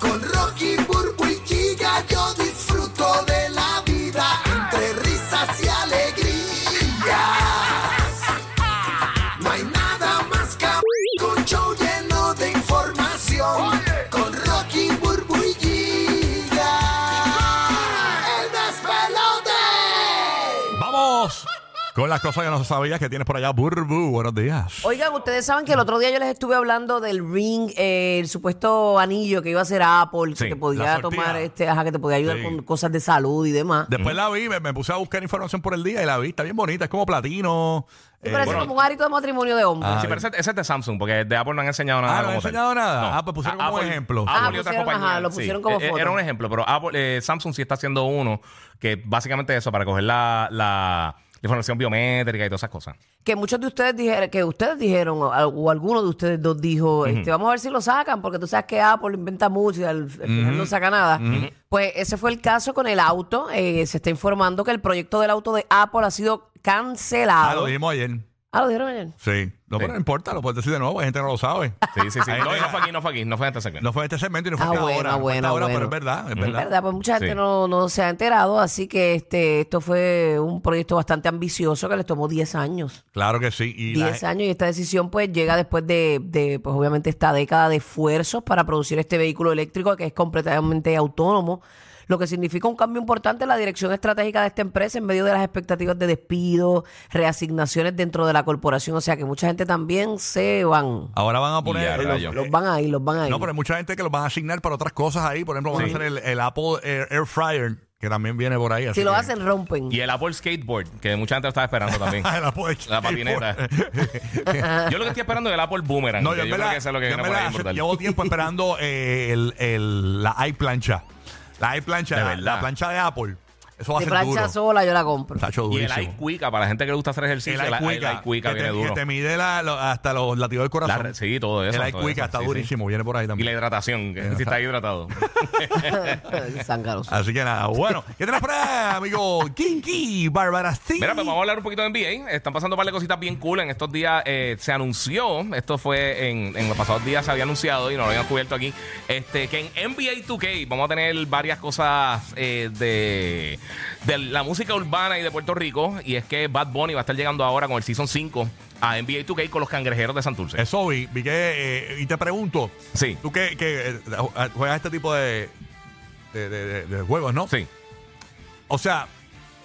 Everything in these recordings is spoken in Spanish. Con Rocky Burbu y Giga yo disfruto de la vida entre risas y alegrías. No hay nada más que un show lleno de información. Con Rocky Burbu y Giga, el despelote. ¡Vamos! Con las cosas que no sabías que tienes por allá, Burbu. Buenos días. Oigan, ustedes saben que el otro día yo les estuve hablando del ring, eh, el supuesto anillo que iba a hacer Apple, Sí, que te la sortija. podía tomar, este, ajá, que te podía ayudar Sí. con cosas de salud y demás. Después la vi, me, me puse a buscar información por el día y la vi. Está bien bonita, es como platino. Sí, eh, parece bueno, como un arito de matrimonio de hombre. Ah, Sí, pero ese, ese es de Samsung, porque de Apple no han enseñado nada. Ah, no han como tal. enseñado nada. Ah, pues pusieron A- como Apple- ejemplo. Apple Ah, y otras pusieron, ajá, compañías, lo sí. pusieron como E- e- foto. Era un ejemplo, pero Apple, eh, Samsung sí está haciendo uno que básicamente eso, para coger la, la, la información biométrica y todas esas cosas. Que muchos de ustedes dijeron, que ustedes dijeron, o, al- o alguno de ustedes dos dijo, este, vamos a ver si lo sacan, porque tú sabes que Apple inventa mucho y al, al final no saca nada. Pues ese fue el caso con el auto. Eh, se está informando que el proyecto del auto de Apple ha sido Ah, cancelado. lo dijimos ayer. Ah, lo dijeron ayer. Sí. No, Sí. pero no importa, lo puedes decir de nuevo, la gente no lo sabe. Sí, sí, sí. Ahí no, y está. no fue aquí, no fue aquí, no fue en este segmento. No fue este segmento y no fue Ah, esta bueno, hora. no fue bueno, esta hora, bueno. pero es verdad, es ¿Verdad? verdad. Pues mucha gente Sí. no, no se ha enterado, así que este esto fue un proyecto bastante ambicioso que les tomó 10 años. Claro que sí. Y la 10 años y esta decisión pues llega después de, de, pues obviamente esta década de esfuerzos para producir este vehículo eléctrico que es completamente autónomo, lo que significa un cambio importante en la dirección estratégica de esta empresa en medio de las expectativas de despido, reasignaciones dentro de la corporación, o sea que mucha gente también se van. Ahora van a Y a poner. rayos. Los van ahí, los van ahí. No, pero hay mucha gente que los van a asignar para otras cosas ahí. Por ejemplo, van a Sí. hacer el, el Apple Air, Air Fryer, que también viene por ahí. así si lo que- hacen, rompen. Y el Apple Skateboard, que mucha gente lo estaba esperando también. Ah, el Apple La patineta. yo lo que estoy esperando es el Apple Boomerang. No, que yo, yo me creo la, que eso es lo que yo viene me por la- ahí brutal. llevo tiempo esperando eh, el, el- la iPlancha. La iPlancha, De la, verdad. la plancha de Apple. Eso va a de ser plancha duro. sola yo la compro. Está hecho Y el durísimo. ah, iCuica, para la gente que le gusta hacer ejercicio, el iCuica, iCuica que, viene te- que duro. te mide la- lo- hasta los latidos del La corazón. re- sí, todo eso. este el todo iCuica eso, está sí, sí. durísimo, viene por ahí Y también. la hidratación, que si está hidratado. Zángaros. Así que nada, bueno. ¿Qué tenés por ahí, amigo? Kinky, Bárbara sí. Mira, pues vamos a hablar un poquito de NBA. Están pasando un par de cositas bien cool. En estos días eh, se anunció, esto fue en, en los pasados días se había anunciado y no lo habían cubierto aquí, este, que en NBA 2K vamos a tener varias cosas eh, de, de la música urbana y de Puerto Rico. Y es que Bad Bunny va a estar llegando ahora con el Season 5 a NBA 2K con los cangrejeros de Santurce. Eso vi, vi que, eh, y te pregunto, Sí, tú que, que, eh, juegas este tipo de, de, de- de- de juegos, ¿no? sí. O sea,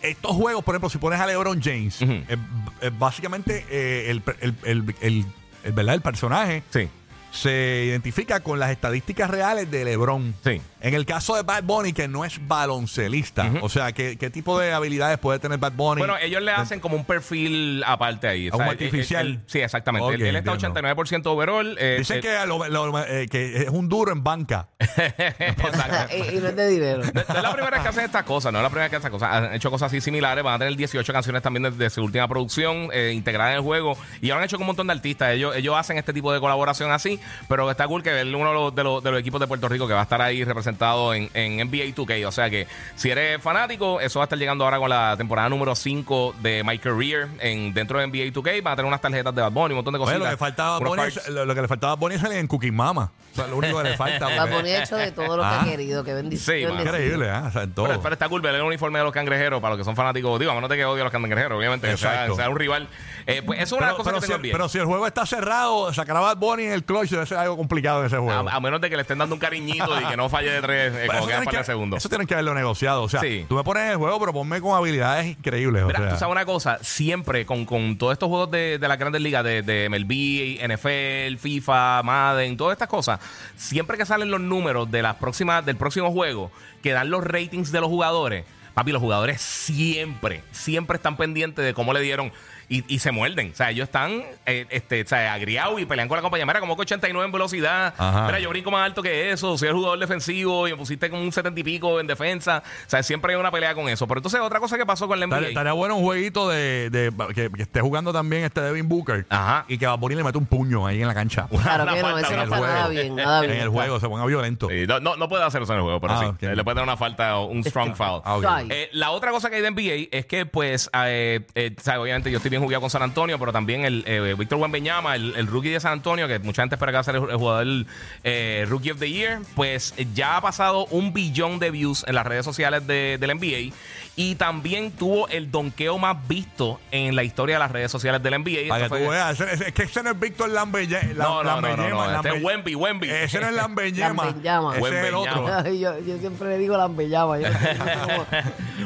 estos juegos, por ejemplo, si pones a LeBron James, Ujú. eh, eh, básicamente eh, el, el- el- el- el- ¿verdad? el personaje Sí, se identifica con las estadísticas reales de LeBron. sí. En el caso de Bad Bunny, que no es baloncelista, Ujú. o sea, ¿qué, qué tipo de habilidades puede tener Bad Bunny? Bueno, ellos le hacen como un perfil aparte ahí. A un él- artificial. él- él- sí, exactamente. Ok, él, él está entiendo. 89% overall. eh, Dicen eh, que, lo- lo- eh, que es un duro en banca. exacto. y, y no es de dinero. No no es la primera vez que hacen estas cosas, no es la primera vez que hacen estas cosas. Han hecho cosas así similares, van a tener 18 canciones también de, de su última producción eh, integrada en el juego y ahora han hecho con un montón de artistas. Ellos, ellos hacen este tipo de colaboración así, pero está cool que ver uno de los, de los- de los equipos de Puerto Rico que va a estar ahí representado en, en NBA 2K. O sea que si eres fanático, eso va a estar llegando ahora con la temporada número 5 de My Career en, dentro de NBA 2K. Van a tener unas tarjetas de Bad Bunny, un montón de Oye, cositas. lo, que faltaba a unos Bonnie cards. es- lo, lo que le faltaba a Bonnie es salir en Cookie Mama. O sea, lo único que le falta. La porque- ponía hecho de todo lo que Ah. ha querido, que bendición. Sí, le mano. sirve. Increíble, ¿eh? O sea, en todo. Pero, pero está cool ver el uniforme de los cangrejeros para los que son fanáticos. Digo, a menos de que odio a los cangrejeros, obviamente. que sea- Exacto. sea, un rival. Eh, pues eso es una Pero- cosa pero que si, tengo el, bien. pero si el juego está cerrado, sacar a Bad Bunny en el clutch debe ser algo complicado en ese juego. a, a menos de que le estén dando un cariñito y que no falle de tres, eh, Pero Ah, como quedan tienen para el segundo. eso tienen que haberlo negociado. O sea, Sí. tú me pones en el juego, pero ponme con habilidades increíbles. Pues, o Mira, sea. tú sabes una cosa, siempre con, con todos estos juegos de, de las grandes ligas, de, de MLB, NFL, FIFA, Madden, todas estas cosas, siempre que salen los números de las próximas, del próximo juego, que dan los ratings de los jugadores, papi, los jugadores siempre, siempre están pendientes de cómo le dieron. y, y se muerden. O sea, ellos están eh, este, o sea, agriados y pelean con la compañía. Mira, como que 89 en velocidad. Ajá. Mira, yo brinco más alto que eso. Soy el jugador defensivo y me pusiste con un 70 y pico en defensa. O sea, siempre hay una pelea con eso. Pero entonces, otra cosa que pasó con la NBA. Estaría estaría bueno un jueguito de, de- que, que esté jugando también este Devin Booker. Ajá. Y que Bad Bunny le mete un puño ahí en la cancha. Claro Una que no, falta eso no en el está nada juego. bien, nada bien. en el juego, se ponga violento. Sí, no, no, no puede hacer eso en el juego, pero Ah, sí. ok. Eh, Le puede dar una falta o un strong foul. Ah, ok. Ay. Eh, la otra cosa que hay de NBA es que, pues, eh, eh, o sea, obviamente yo estoy bien jugado con San Antonio, pero también el eh, Víctor Wembeñama, el, el rookie de San Antonio, que mucha gente espera que va a ser el, el jugador eh, Rookie of the Year, pues eh, ya ha pasado un billón de views en las redes sociales de- del NBA y también tuvo el donqueo más visto en la historia de las redes sociales del NBA. Para que Esto tú fue- veas, ese- ese- es que ese no es Víctor Lambe- la- No, no, no, no, Lambeñema. no, este es Lambe- Wemby, Wemby. Ese no es Lambeñema. Lambeñama. Ese es el otro. Wembeñama. Ay, yo, yo siempre le digo lambellaba. Yo, no sé cómo-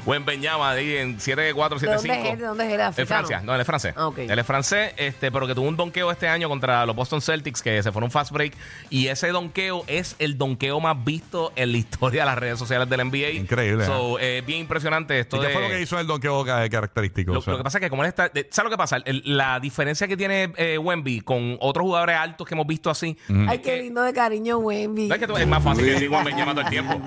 Wembeñama, ahí en ¿De 7475. dónde es él? ¿De dónde es él? Es ¿Africano? Francia, no, él es francés. Ah, ok. Él es francés, este, pero que tuvo un donqueo este año contra los Boston Celtics, que se fueron fast break. Y ese donqueo es el donqueo más visto en la historia de las redes sociales del NBA. Increíble, So, eh, bien impresionante esto. ¿Y qué de- fue lo que hizo el donqueo ca- característico? lo, O sea, lo que pasa es que como él está... de- ¿Sabes lo que pasa? El- la diferencia que tiene eh, Wemby con otros jugadores altos que hemos visto así... Ay, qué lindo de cariño, Wemby. ¿Sabes que tú- es más fácil que decir Wemby llamando el tiempo?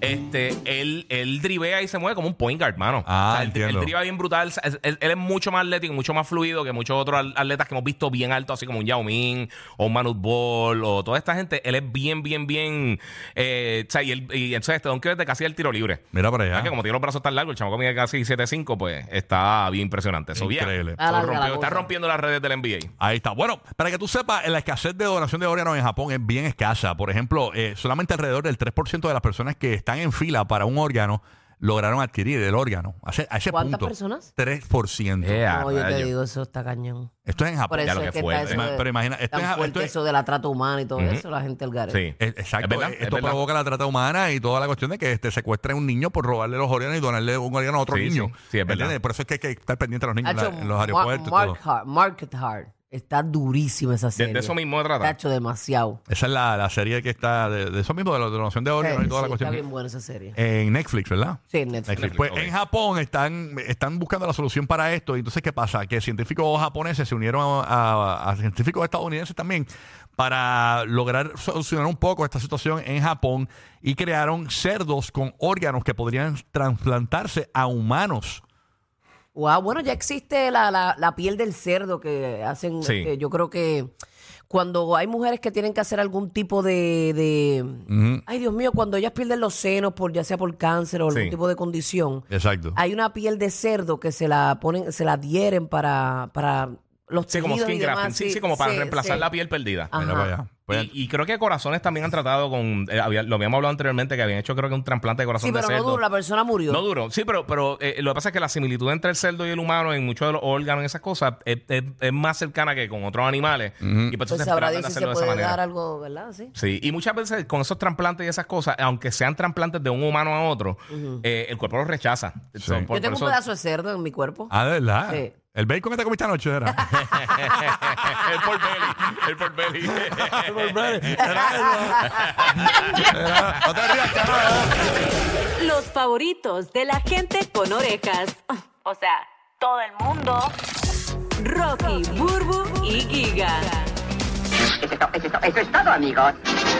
Este, él, él drivea y se mueve como un point guard, mano. Ah, él, entiendo. él drivea bien brutal. O sea, es- Él, él es mucho más atlético, y mucho más fluido que muchos otros al- atletas que hemos visto bien alto, así como un Yao Ming o un Manut Ball o toda esta gente. Él es bien, bien, bien. Eh, o sea, y, él, y entonces este Don Quijote casi el tiro libre. Mira para ¿Sabes allá. que como tiene los brazos tan largos, el chamo mide casi 7'5, pues está bien impresionante. Eso, bien. Increíble. So, Ah, larga la rompió- está cosa. rompiendo las redes del NBA. Ahí está. Bueno, para que tú sepas, la escasez de donación de órganos en Japón es bien escasa. Por ejemplo, eh, solamente alrededor del 3% de las personas que están en fila para un órgano lograron adquirir el órgano. A ese, a ese ¿Cuántas punto, personas? 3%. Yeah, No, yo te rayo. digo, eso está cañón. Esto es en Japón. Por ya eso lo es que que fue, está eh. eso de- Pero imagina, esto tan es- fuerte esto es- eso de la trata humana y todo eso, la gente del garete. Sí. Eh, Exacto. Es verdad, es Esto verdad. provoca la trata humana y toda la cuestión de que este, secuestren a un niño por robarle los órganos y donarle un órgano a otro Sí, niño. sí. Sí, es verdad. ¿Entiendes? Por eso es que hay que estar pendiente de los niños en la- Hacho, en los Mar- aeropuertos. y todo. Mark Hart, Market Hart. Está durísima esa De, serie. de eso mismo de tratar. Tacho, demasiado. Esa es la, la serie que está de, de eso mismo, de la donación de órganos Sí, y toda sí, la está cuestión. bien buena esa serie. En Netflix, ¿verdad? Sí, en Netflix. Netflix. Pues ok. en Japón están, están buscando la solución para esto. Y entonces, ¿qué pasa? Que científicos japoneses se unieron a, a- a científicos estadounidenses también para lograr solucionar un poco esta situación en Japón y crearon cerdos con órganos que podrían trasplantarse a humanos. Wow, bueno, ya existe la, la, la piel del cerdo que hacen. Sí. este, yo creo que cuando hay mujeres que tienen que hacer algún tipo de. de- Ay, Dios mío, cuando ellas pierden los senos, por ya sea por cáncer o Sí. algún tipo de condición, Exacto. hay una piel de cerdo que se la ponen, se la adhieren para, para los Sí, como tejidos y skin demás, grafting. Sí, sí, como para sí, reemplazar sí. la piel perdida. Ajá. Mira para allá. Pues, y, y creo que corazones también han tratado con. eh, había- lo habíamos hablado anteriormente que habían hecho, creo que un trasplante de corazón Sí, pero de no cerdo. duro, la persona murió. No duro. Sí, pero, pero eh, lo que pasa es que la similitud entre el cerdo y el humano en muchos de los órganos y esas cosas es, es- es más cercana que con otros animales. Y pues Entonces entonces sabrá tratan Dios de si se hacerlo de esa puede manera. dar algo, ¿verdad? Sí. Sí, y muchas veces con esos trasplantes y esas cosas, aunque sean trasplantes de un humano a otro, eh, el cuerpo los rechaza. So, por- Yo tengo por un eso- pedazo de cerdo en mi cuerpo. ah, de verdad. Sí. El bacon que te comiste anoche era. el por belly. El por belly. Era- no te rías, cara. Los favoritos de la gente con orejas. O sea, todo el mundo. Rocky, Burbu y Giga. Eso es todo, eso es todo, eso es todo, amigos.